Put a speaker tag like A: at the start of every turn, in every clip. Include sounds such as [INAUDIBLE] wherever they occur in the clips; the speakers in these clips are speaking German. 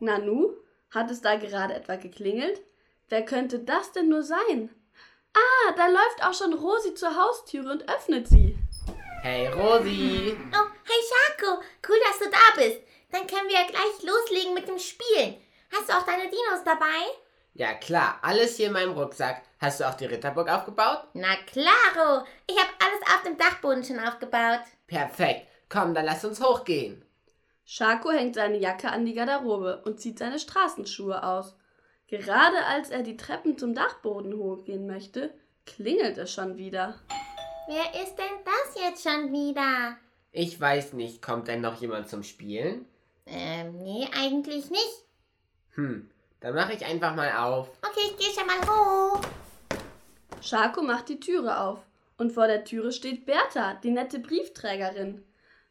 A: Nanu, hat es da gerade etwa geklingelt? Wer könnte das denn nur sein? Ah, da läuft auch schon Rosi zur Haustüre und öffnet sie.
B: Hey Rosi!
C: Oh, hi Schako, cool, dass du da bist. Dann können wir ja gleich loslegen mit dem Spielen. Hast du auch deine Dinos dabei?
B: Ja klar, alles hier in meinem Rucksack. Hast du auch die Ritterburg aufgebaut?
C: Na klaro, ich habe alles auf dem Dachboden schon aufgebaut.
B: Perfekt. Komm, dann lass uns hochgehen.
A: Schako hängt seine Jacke an die Garderobe und zieht seine Straßenschuhe aus. Gerade als er die Treppen zum Dachboden hochgehen möchte, klingelt es schon wieder.
C: Wer ist denn das jetzt schon wieder?
B: Ich weiß nicht, kommt denn noch jemand zum Spielen?
C: Ähm, nee, eigentlich nicht.
B: Hm, dann mache ich einfach mal auf.
C: Okay, ich gehe schon mal hoch.
A: Schako macht die Türe auf und vor der Türe steht Bertha, die nette Briefträgerin.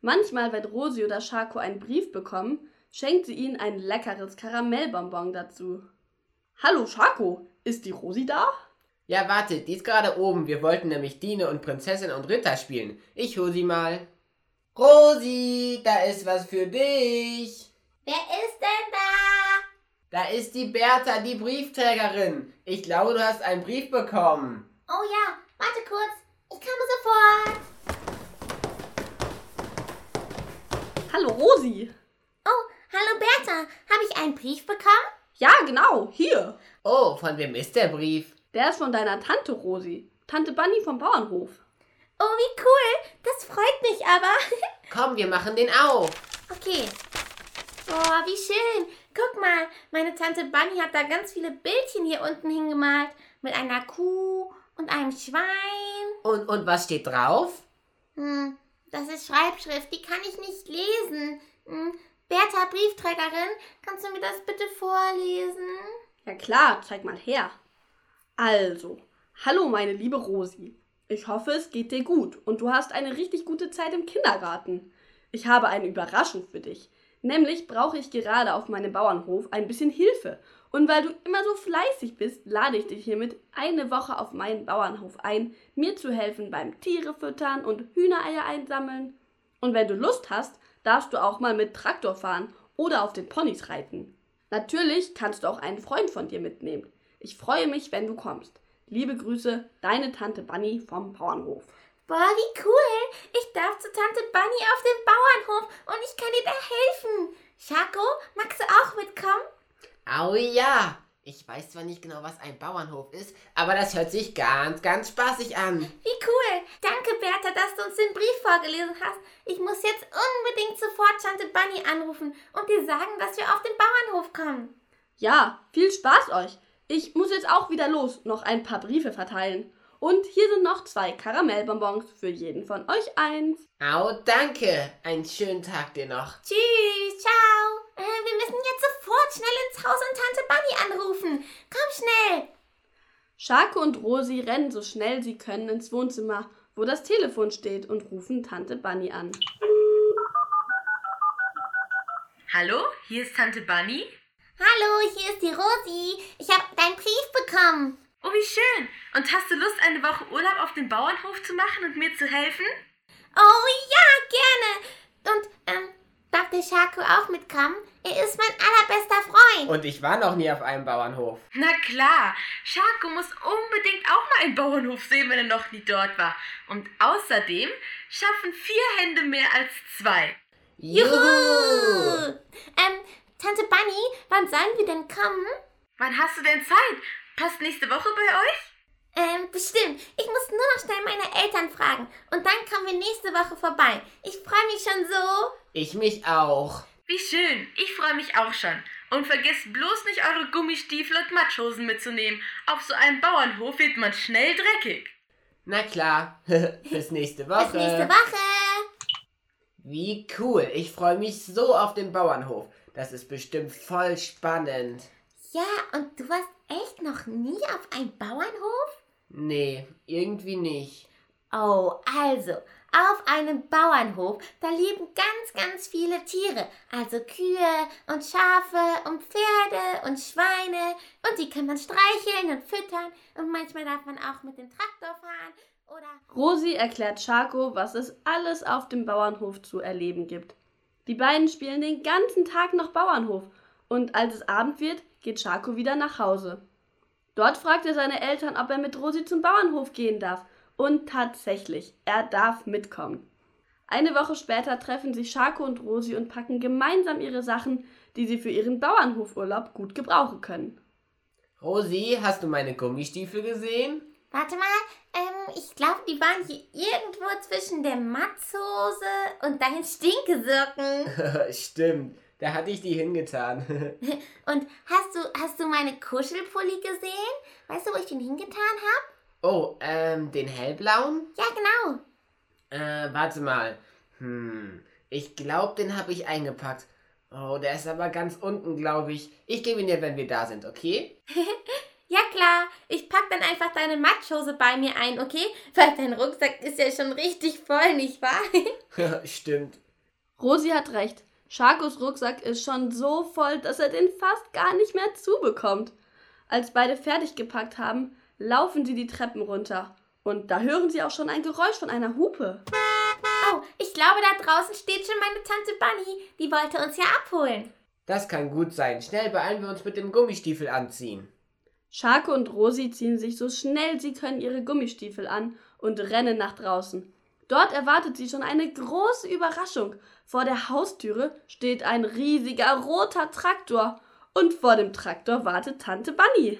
A: Manchmal, wenn Rosi oder Schako einen Brief bekommen, schenkt sie ihnen ein leckeres Karamellbonbon dazu. Hallo Schako, ist die Rosi da?
B: Ja, warte, die ist gerade oben. Wir wollten nämlich Diene und Prinzessin und Ritter spielen. Ich hol sie mal. Rosi, da ist was für dich.
C: Wer ist denn da?
B: Da ist die Bertha, die Briefträgerin. Ich glaube, du hast einen Brief bekommen.
C: Oh ja, warte kurz, ich komme sofort.
A: Hallo Rosi.
C: Oh, hallo Bertha, habe ich einen Brief bekommen?
A: Ja, genau, hier.
B: Oh, von wem ist der Brief?
A: Der ist von deiner Tante Rosi, Tante Bunny vom Bauernhof.
C: Oh, wie cool, das freut mich aber. [LAUGHS]
B: Komm, wir machen den auf.
C: Okay. Oh, wie schön. Guck mal, meine Tante Bunny hat da ganz viele Bildchen hier unten hingemalt. Mit einer Kuh und einem Schwein.
B: Und, und was steht drauf?
C: Hm, das ist Schreibschrift, die kann ich nicht lesen. Hm, Bertha, Briefträgerin, kannst du mir das bitte vorlesen?
A: Ja klar, zeig mal her. Also, hallo meine liebe Rosi. Ich hoffe, es geht dir gut und du hast eine richtig gute Zeit im Kindergarten. Ich habe eine Überraschung für dich. Nämlich brauche ich gerade auf meinem Bauernhof ein bisschen Hilfe. Und weil du immer so fleißig bist, lade ich dich hiermit eine Woche auf meinen Bauernhof ein, mir zu helfen beim Tiere füttern und Hühnereier einsammeln. Und wenn du Lust hast, darfst du auch mal mit Traktor fahren oder auf den Ponys reiten. Natürlich kannst du auch einen Freund von dir mitnehmen. Ich freue mich, wenn du kommst. Liebe Grüße, deine Tante Bunny vom Bauernhof.
C: Boah, wie cool. Ich darf zu Tante Bunny auf den Bauernhof und ich kann dir da helfen. Schako, magst du auch mitkommen?
B: Au ja. Ich weiß zwar nicht genau, was ein Bauernhof ist, aber das hört sich ganz, ganz spaßig an.
C: Wie cool. Danke, Bertha, dass du uns den Brief vorgelesen hast. Ich muss jetzt unbedingt sofort Tante Bunny anrufen und dir sagen, dass wir auf den Bauernhof kommen.
A: Ja, viel Spaß euch. Ich muss jetzt auch wieder los, noch ein paar Briefe verteilen. Und hier sind noch zwei Karamellbonbons für jeden von euch eins.
B: Au, danke. Einen schönen Tag dir noch.
C: Tschüss, ciao. Äh, wir müssen jetzt sofort schnell ins Haus und Tante Bunny anrufen. Komm schnell.
A: Schako und Rosi rennen so schnell sie können ins Wohnzimmer, wo das Telefon steht, und rufen Tante Bunny an.
D: Hallo, hier ist Tante Bunny.
C: Hallo, hier ist die Rosi. Ich habe deinen Brief bekommen.
D: Oh, wie schön. Und hast du Lust, eine Woche Urlaub auf dem Bauernhof zu machen und mir zu helfen?
C: Oh ja, gerne. Und ähm, darf der Schako auch mitkommen? Er ist mein allerbester Freund.
B: Und ich war noch nie auf einem Bauernhof.
D: Na klar, Schako muss unbedingt auch mal einen Bauernhof sehen, wenn er noch nie dort war. Und außerdem schaffen vier Hände mehr als zwei.
C: Juhu! Ähm, Tante Bunny, wann sollen wir denn kommen?
D: Wann hast du denn Zeit? Passt nächste Woche bei euch?
C: Ähm, bestimmt. Ich muss nur noch schnell meine Eltern fragen. Und dann kommen wir nächste Woche vorbei. Ich freue mich schon so.
B: Ich mich auch.
D: Wie schön. Ich freue mich auch schon. Und vergesst bloß nicht, eure Gummistiefel und Matschhosen mitzunehmen. Auf so einem Bauernhof wird man schnell dreckig.
B: Na klar. [LAUGHS] Bis nächste Woche.
C: Bis nächste Woche.
B: Wie cool. Ich freue mich so auf den Bauernhof. Das ist bestimmt voll spannend.
C: Ja, und du warst echt noch nie auf einem Bauernhof?
B: Nee, irgendwie nicht.
C: Oh, also, auf einem Bauernhof, da leben ganz, ganz viele Tiere. Also Kühe und Schafe und Pferde und Schweine. Und die kann man streicheln und füttern. Und manchmal darf man auch mit dem Traktor fahren. Oder
A: Rosi erklärt Schako, was es alles auf dem Bauernhof zu erleben gibt. Die beiden spielen den ganzen Tag noch Bauernhof Und als es Abend wird, geht Schako wieder nach Hause. Dort fragt er seine Eltern, ob er mit Rosi zum Bauernhof gehen darf. Und tatsächlich, er darf mitkommen. Eine Woche später treffen sich Schako und Rosi und packen gemeinsam ihre Sachen, die sie für ihren Bauernhofurlaub gut gebrauchen können.
B: Rosi, hast du meine Gummistiefel gesehen?
C: Warte mal, ähm, ich glaube, die waren hier irgendwo zwischen der Matzhose und deinen
B: [LAUGHS]
C: Stinkesirken.
B: Stimmt, da hatte ich die hingetan. [LAUGHS]
C: Und hast du, hast du meine Kuschelpulli gesehen? Weißt du, wo ich den hingetan habe?
B: oh, ähm, den hellblauen?
C: Ja, genau.
B: Äh, warte mal. Hm, ich glaube, den habe ich eingepackt. Oh, der ist aber ganz unten, glaube ich. Ich gebe ihn dir, wenn wir da sind, okay? [LAUGHS]
C: Ja, klar. Ich pack dann einfach deine Matschhose bei mir ein, okay? Weil dein Rucksack ist ja schon richtig voll, nicht wahr? [LAUGHS]
B: Stimmt.
A: Rosi hat recht. Schakos Rucksack ist schon so voll, dass er den fast gar nicht mehr zubekommt. Als beide fertig gepackt haben, laufen sie die Treppen runter. Und da hören sie auch schon ein Geräusch von einer Hupe.
C: Oh, ich glaube, da draußen steht schon meine Tante Bunny. Die wollte uns ja abholen.
B: Das kann gut sein. Schnell beeilen wir uns mit dem Gummistiefel anziehen.
A: Schako und Rosi ziehen sich so schnell sie können ihre Gummistiefel an und rennen nach draußen. Dort erwartet sie schon eine große Überraschung. Vor der Haustüre steht ein riesiger roter Traktor. Und vor dem Traktor wartet Tante Bunny.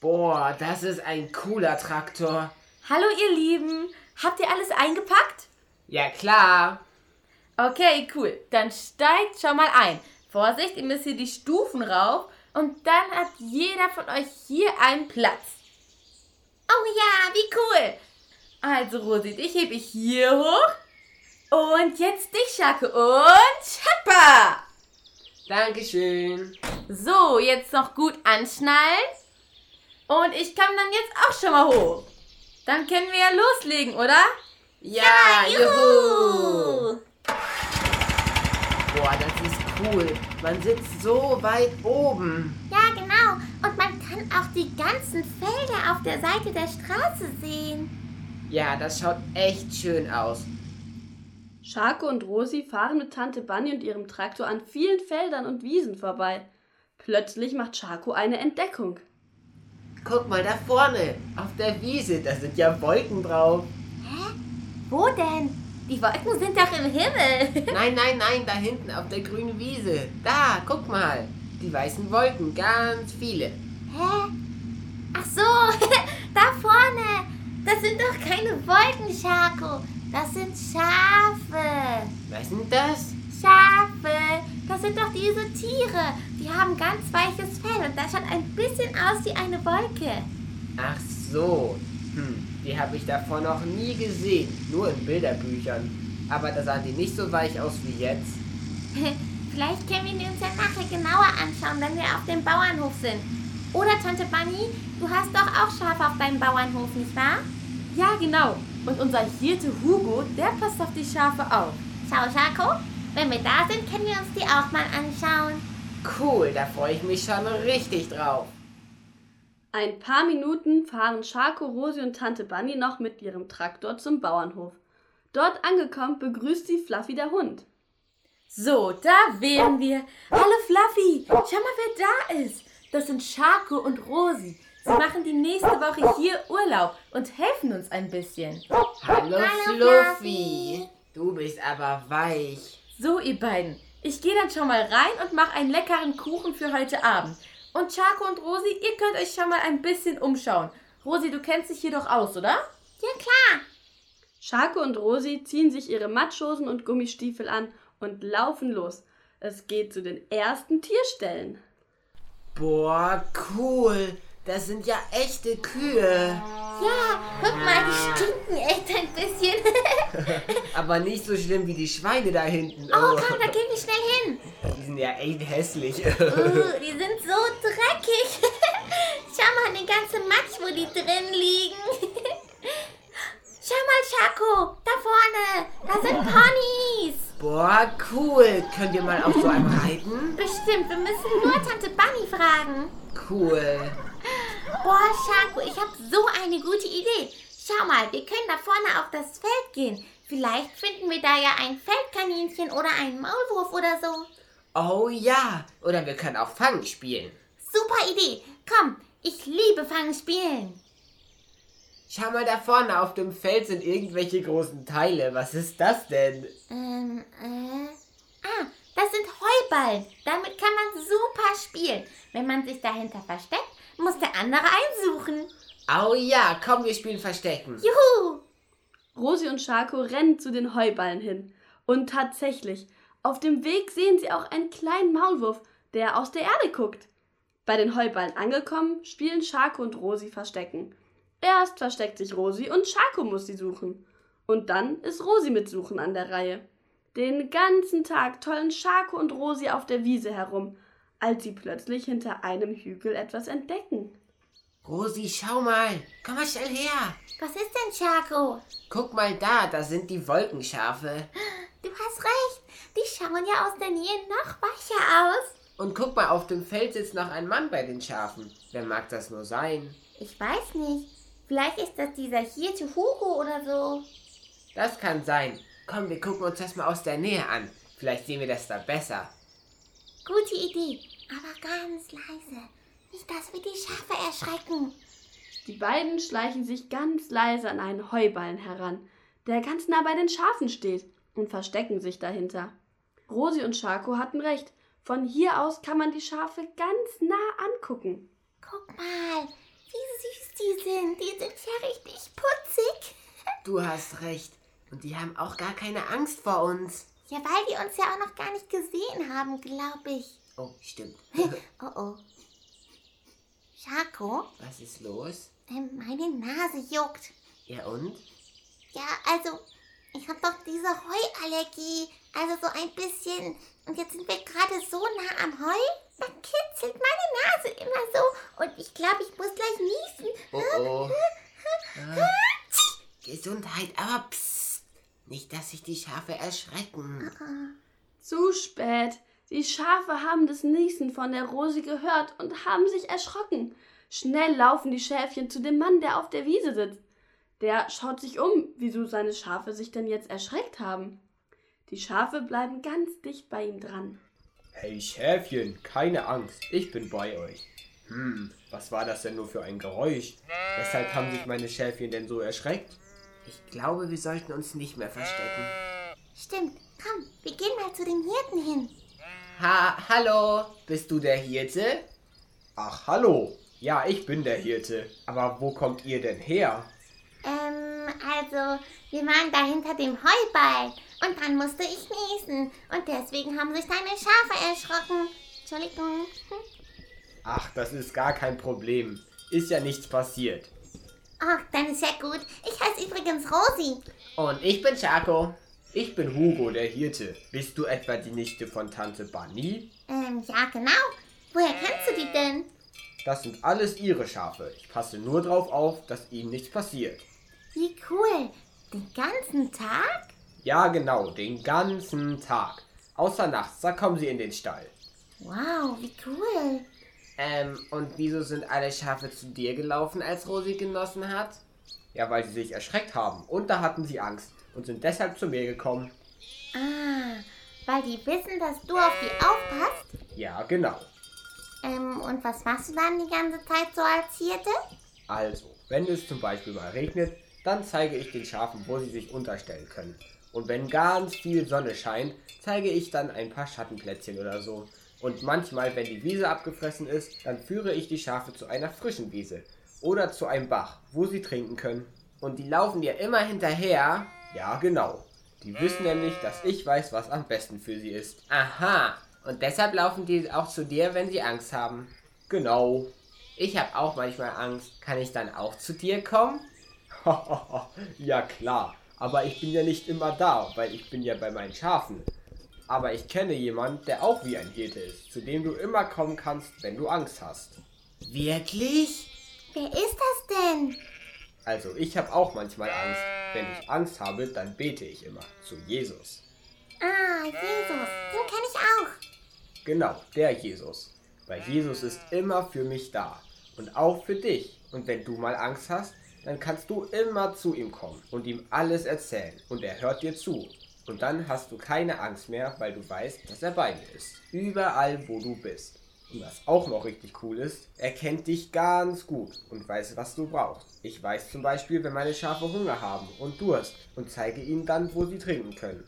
B: Boah, das ist ein cooler Traktor.
C: Hallo, ihr Lieben. Habt ihr alles eingepackt?
B: Ja, klar.
D: Okay, cool. Dann steigt schon mal ein. Vorsicht, ihr müsst hier die Stufen rauf und dann hat jeder von euch hier einen Platz.
C: Oh ja, wie cool.
D: Also, Rosi, dich hebe ich hier hoch. Und jetzt dich, Schacke. Und schappa!
B: Dankeschön.
D: So, jetzt noch gut anschnallen. Und ich komme dann jetzt auch schon mal hoch. Dann können wir ja loslegen, oder?
B: Ja, juhu.
C: Uh,
B: Boah, das ist cool. Man sitzt so weit oben.
C: ja, genau. Und man kann auch die ganzen Felder auf der Seite der Straße sehen.
B: Ja, das schaut echt schön aus.
A: Schako und Rosi fahren mit Tante Bunny und ihrem Traktor an vielen Feldern und Wiesen vorbei. Plötzlich macht Schako eine Entdeckung.
B: Guck mal da vorne, auf der Wiese, da sind ja Wolken drauf.
C: Wo denn? Die Wolken sind doch im Himmel. [LAUGHS]
B: Nein, nein, nein, da hinten auf der grünen Wiese. Da, guck mal. Die weißen Wolken, ganz viele.
C: Hä? Ach so, [LAUGHS] da vorne. Das sind doch keine Wolken, Schako. Das sind Schafe.
B: Was sind das?
C: Schafe. Das sind doch diese Tiere. Die haben ganz weiches Fell und das schaut ein bisschen aus wie eine Wolke.
B: Ach so. Hm, die habe ich davor noch nie gesehen. Nur in Bilderbüchern. Aber da sahen die nicht so weich aus wie jetzt.
C: [LAUGHS] Vielleicht können wir uns ja nachher genauer anschauen, wenn wir auf dem Bauernhof sind. Oder Tante Bunny, du hast doch auch Schafe auf deinem Bauernhof, nicht wahr?
D: Ja, genau. Und unser Hirte Hugo, der passt auf die Schafe auf.
C: Schau, Schako. Wenn wir da sind, können wir uns die auch mal anschauen.
B: Cool, da freue ich mich schon richtig drauf.
A: Ein paar Minuten fahren Schako, Rosi und Tante Bunny noch mit ihrem Traktor zum Bauernhof. Dort angekommen begrüßt sie Fluffy der Hund.
D: So, da wären wir. Hallo Fluffy, schau mal, wer da ist. Das sind Schako und Rosi. Sie machen die nächste Woche hier Urlaub und helfen uns ein bisschen.
B: Hallo,
C: Hallo,
B: Fluffy.
C: Fluffy.
B: Du bist aber weich.
D: So, ihr beiden, ich gehe dann schon mal rein und mache einen leckeren Kuchen für heute Abend. Und Schako und Rosi, ihr könnt euch schon mal ein bisschen umschauen. Rosi, du kennst dich hier doch aus, oder?
C: Ja, klar.
A: Schako und Rosi ziehen sich ihre Matschhosen und Gummistiefel an und laufen los. Es geht zu den ersten Tierstellen.
B: Boah, cool. Das sind ja echte Kühe.
C: Ja, guck mal, die stinken echt ein bisschen. [LAUGHS]
B: Aber nicht so schlimm wie die Schweine da hinten.
C: Oh, komm, da gehen wir schnell hin.
B: Die sind ja echt hässlich. [LAUGHS]
C: Uh, die sind so dreckig. [LAUGHS] Schau mal, die ganze Matsch, wo die drin liegen. [LAUGHS] Schau mal, Schako, da vorne. Da sind Ponys.
B: Boah, cool. Könnt ihr mal auf so einem reiten?
C: Bestimmt, wir müssen nur Tante Bunny fragen.
B: Cool.
C: Boah, Schako, ich habe so eine gute Idee. Schau mal, wir können da vorne auf das Feld gehen. Vielleicht finden wir da ja ein Feldkaninchen oder einen Maulwurf oder so.
B: Oh ja, oder wir können auch Fang spielen.
C: Super Idee. Komm, ich liebe Fangspielen.
B: Schau mal da vorne auf dem Feld sind irgendwelche großen Teile. Was ist das denn?
C: Ähm, äh. Ah, das sind Heuballen. Damit kann man super spielen. Wenn man sich dahinter versteckt, muss der andere einsuchen.
B: Oh ja, komm, wir spielen Verstecken.
C: Juhu!
A: Rosi und Schako rennen zu den Heuballen hin. Und tatsächlich, auf dem Weg sehen sie auch einen kleinen Maulwurf, der aus der Erde guckt. Bei den Heuballen angekommen, spielen Schako und Rosi Verstecken. Erst versteckt sich Rosi und Schako muss sie suchen. Und dann ist Rosi mit Suchen an der Reihe. Den ganzen Tag tollen Schako und Rosi auf der Wiese herum, als sie plötzlich hinter einem Hügel etwas entdecken.
B: Rosi, schau mal. Komm mal schnell her.
C: Was ist denn, Schako?
B: Guck mal da, da sind die Wolkenschafe.
C: Du hast recht. Die schauen ja aus der Nähe noch weicher aus.
B: Und guck mal, auf dem Feld sitzt noch ein Mann bei den Schafen. Wer mag das nur sein?
C: Ich weiß nicht. Vielleicht ist das dieser Hirte Hugo oder so.
B: Das kann sein. Komm, wir gucken uns das mal aus der Nähe an. Vielleicht sehen wir das da besser.
C: Gute Idee, aber ganz leise. Nicht, dass wir die Schafe erschrecken.
A: Die beiden schleichen sich ganz leise an einen Heuballen heran, der ganz nah bei den Schafen steht, und verstecken sich dahinter. Rosi und Schako hatten recht. Von hier aus kann man die Schafe ganz nah angucken.
C: Guck mal, wie süß die sind. Die sind ja richtig putzig.
B: Du hast recht. Und die haben auch gar keine Angst vor uns.
C: Ja, weil die uns ja auch noch gar nicht gesehen haben, glaube ich.
B: Oh, stimmt.
C: Oh oh. Schako,
B: Was ist los?
C: ähm, meine Nase juckt.
B: Ja und?
C: Ja, also, ich habe doch diese Heuallergie. Also so ein bisschen. Und jetzt sind wir gerade so nah am Heu. Da kitzelt meine Nase immer so. Und ich glaube, ich muss gleich niesen.
B: Oh oh. Ah. Gesundheit, aber psst. Nicht, dass sich die Schafe erschrecken.
A: Zu spät. Die Schafe haben das Niesen von der Rosi gehört und haben sich erschrocken. Schnell laufen die Schäfchen zu dem Mann, der auf der Wiese sitzt. Der schaut sich um, wieso seine Schafe sich denn jetzt erschreckt haben. Die Schafe bleiben ganz dicht bei ihm dran.
E: Hey Schäfchen, keine Angst, ich bin bei euch. Hm, was war das denn nur für ein Geräusch? Weshalb haben sich meine Schäfchen denn so erschreckt?
B: Ich glaube, wir sollten uns nicht mehr verstecken.
C: Stimmt, komm, wir gehen mal zu dem Hirten hin.
B: Ha, hallo. Bist du der Hirte?
E: Ach, hallo. Ja, ich bin der Hirte. Aber wo kommt ihr denn her?
C: Ähm, also, wir waren da hinter dem Heuball. Und dann musste ich niesen. Und deswegen haben sich deine Schafe erschrocken. Entschuldigung. Hm.
E: Ach, das ist gar kein Problem. Ist ja nichts passiert.
C: Ach, dann ist ja gut. Ich heiße übrigens Rosi.
B: Und ich bin Schako.
E: Ich bin Hugo, der Hirte. Bist du etwa die Nichte von Tante Bunny?
C: Ähm, ja, genau. Woher kennst du die denn?
E: Das sind alles ihre Schafe. Ich passe nur drauf auf, dass ihnen nichts passiert.
C: Wie cool. Den ganzen Tag?
E: Ja, genau, den ganzen Tag. Außer nachts, da kommen sie in den Stall.
C: Wow, wie cool.
B: Ähm, und wieso sind alle Schafe zu dir gelaufen, als Rosi genossen hat?
E: Ja, weil sie sich erschreckt haben und da hatten sie Angst und sind deshalb zu mir gekommen.
C: Ah, weil die wissen, dass du auf die aufpasst.
E: Ja, genau.
C: Ähm, und was machst du dann die ganze Zeit so als Hirte?
E: Also, wenn es zum Beispiel mal regnet, dann zeige ich den Schafen, wo sie sich unterstellen können. Und wenn ganz viel Sonne scheint, zeige ich dann ein paar Schattenplätzchen oder so. Und manchmal, wenn die Wiese abgefressen ist, dann führe ich die Schafe zu einer frischen Wiese oder zu einem Bach, wo sie trinken können.
B: Und die laufen dir immer hinterher.
E: Ja, genau. Die wissen nämlich, dass ich weiß, was am besten für sie ist.
B: Aha. Und deshalb laufen die auch zu dir, wenn sie Angst haben.
E: Genau.
B: Ich habe auch manchmal Angst. Kann ich dann auch zu dir kommen?
E: [LAUGHS] ja klar, aber ich bin ja nicht immer da, weil ich bin ja bei meinen Schafen. Aber ich kenne jemanden, der auch wie ein Hirte ist, zu dem du immer kommen kannst, wenn du Angst hast.
B: Wirklich?
C: Wer ist das denn?
E: Also ich habe auch manchmal Angst. Wenn ich Angst habe, dann bete ich immer zu Jesus.
C: Ah, Jesus. Den kenne ich auch.
E: Genau, der Jesus. Weil Jesus ist immer für mich da und auch für dich. Und wenn du mal Angst hast, dann kannst du immer zu ihm kommen und ihm alles erzählen und er hört dir zu.
B: Und dann hast du keine Angst mehr, weil du weißt, dass er bei dir ist. Überall, wo du bist. Und was auch noch richtig cool ist, er kennt dich ganz gut und weiß, was du brauchst. Ich weiß zum Beispiel, wenn meine Schafe Hunger haben und Durst und zeige ihnen dann, wo sie trinken können.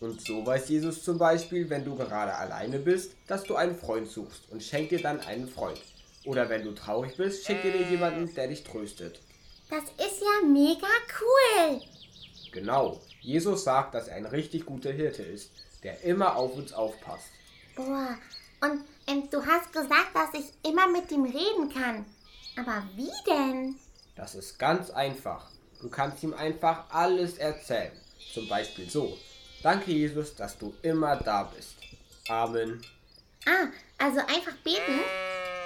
B: Und so weiß Jesus zum Beispiel, wenn du gerade alleine bist, dass du einen Freund suchst und schenkt dir dann einen Freund. Oder wenn du traurig bist, schickt er dir jemanden, der dich tröstet.
C: Das ist ja mega cool.
B: Genau. Jesus sagt, dass er ein richtig guter Hirte ist, der immer auf uns aufpasst.
C: Boah, und ähm, du hast gesagt, dass ich immer mit ihm reden kann. Aber wie denn?
B: Das ist ganz einfach. Du kannst ihm einfach alles erzählen. Zum Beispiel so. Danke, Jesus, dass du immer da bist. Amen.
C: Ah, also einfach beten?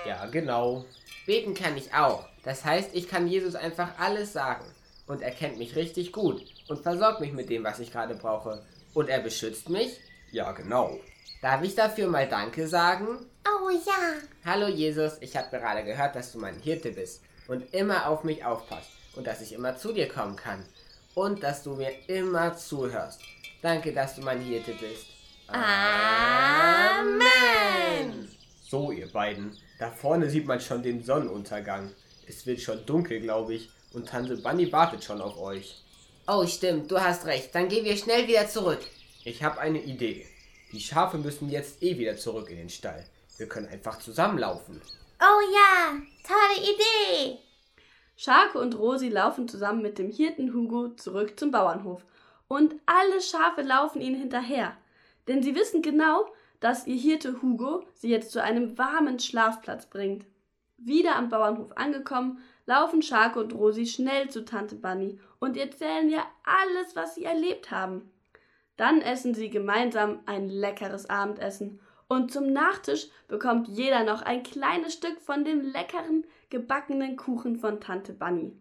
B: Ja, genau.
F: Beten kann ich auch. Das heißt, ich kann Jesus einfach alles sagen. Und er kennt mich richtig gut und versorgt mich mit dem, was ich gerade brauche. Und er beschützt mich.
B: Ja, genau.
F: Darf ich dafür mal Danke sagen?
C: Oh ja.
F: Hallo Jesus, ich habe gerade gehört, dass du mein Hirte bist und immer auf mich aufpasst und dass ich immer zu dir kommen kann und dass du mir immer zuhörst. Danke, dass du mein Hirte bist.
C: Amen.
B: So, ihr beiden. Da vorne sieht man schon den Sonnenuntergang. Es wird schon dunkel, glaube ich. Und Tante Bunny wartet schon auf euch.
F: Oh, stimmt, du hast recht. Dann gehen wir schnell wieder zurück.
B: Ich habe eine Idee. Die Schafe müssen jetzt eh wieder zurück in den Stall. Wir können einfach zusammenlaufen.
C: Oh ja, tolle Idee.
A: Scharke und Rosi laufen zusammen mit dem Hirten Hugo zurück zum Bauernhof. Und alle Schafe laufen ihnen hinterher. Denn sie wissen genau, dass ihr Hirte Hugo sie jetzt zu einem warmen Schlafplatz bringt. Wieder am Bauernhof angekommen, laufen Scharke und Rosi schnell zu Tante Bunny und erzählen ihr alles, was sie erlebt haben. Dann essen sie gemeinsam ein leckeres Abendessen und zum Nachtisch bekommt jeder noch ein kleines Stück von dem leckeren gebackenen Kuchen von Tante Bunny.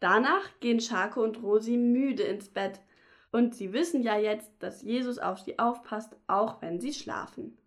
A: Danach gehen Scharke und Rosi müde ins Bett und sie wissen ja jetzt, dass Jesus auf sie aufpasst, auch wenn sie schlafen.